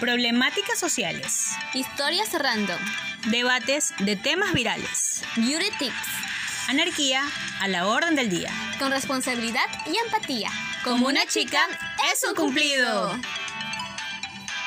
Problemáticas sociales. Historias random. Debates de temas virales. Beauty tips. Anarquía a la orden del día. Con responsabilidad y empatía. Como una chica, es un cumplido.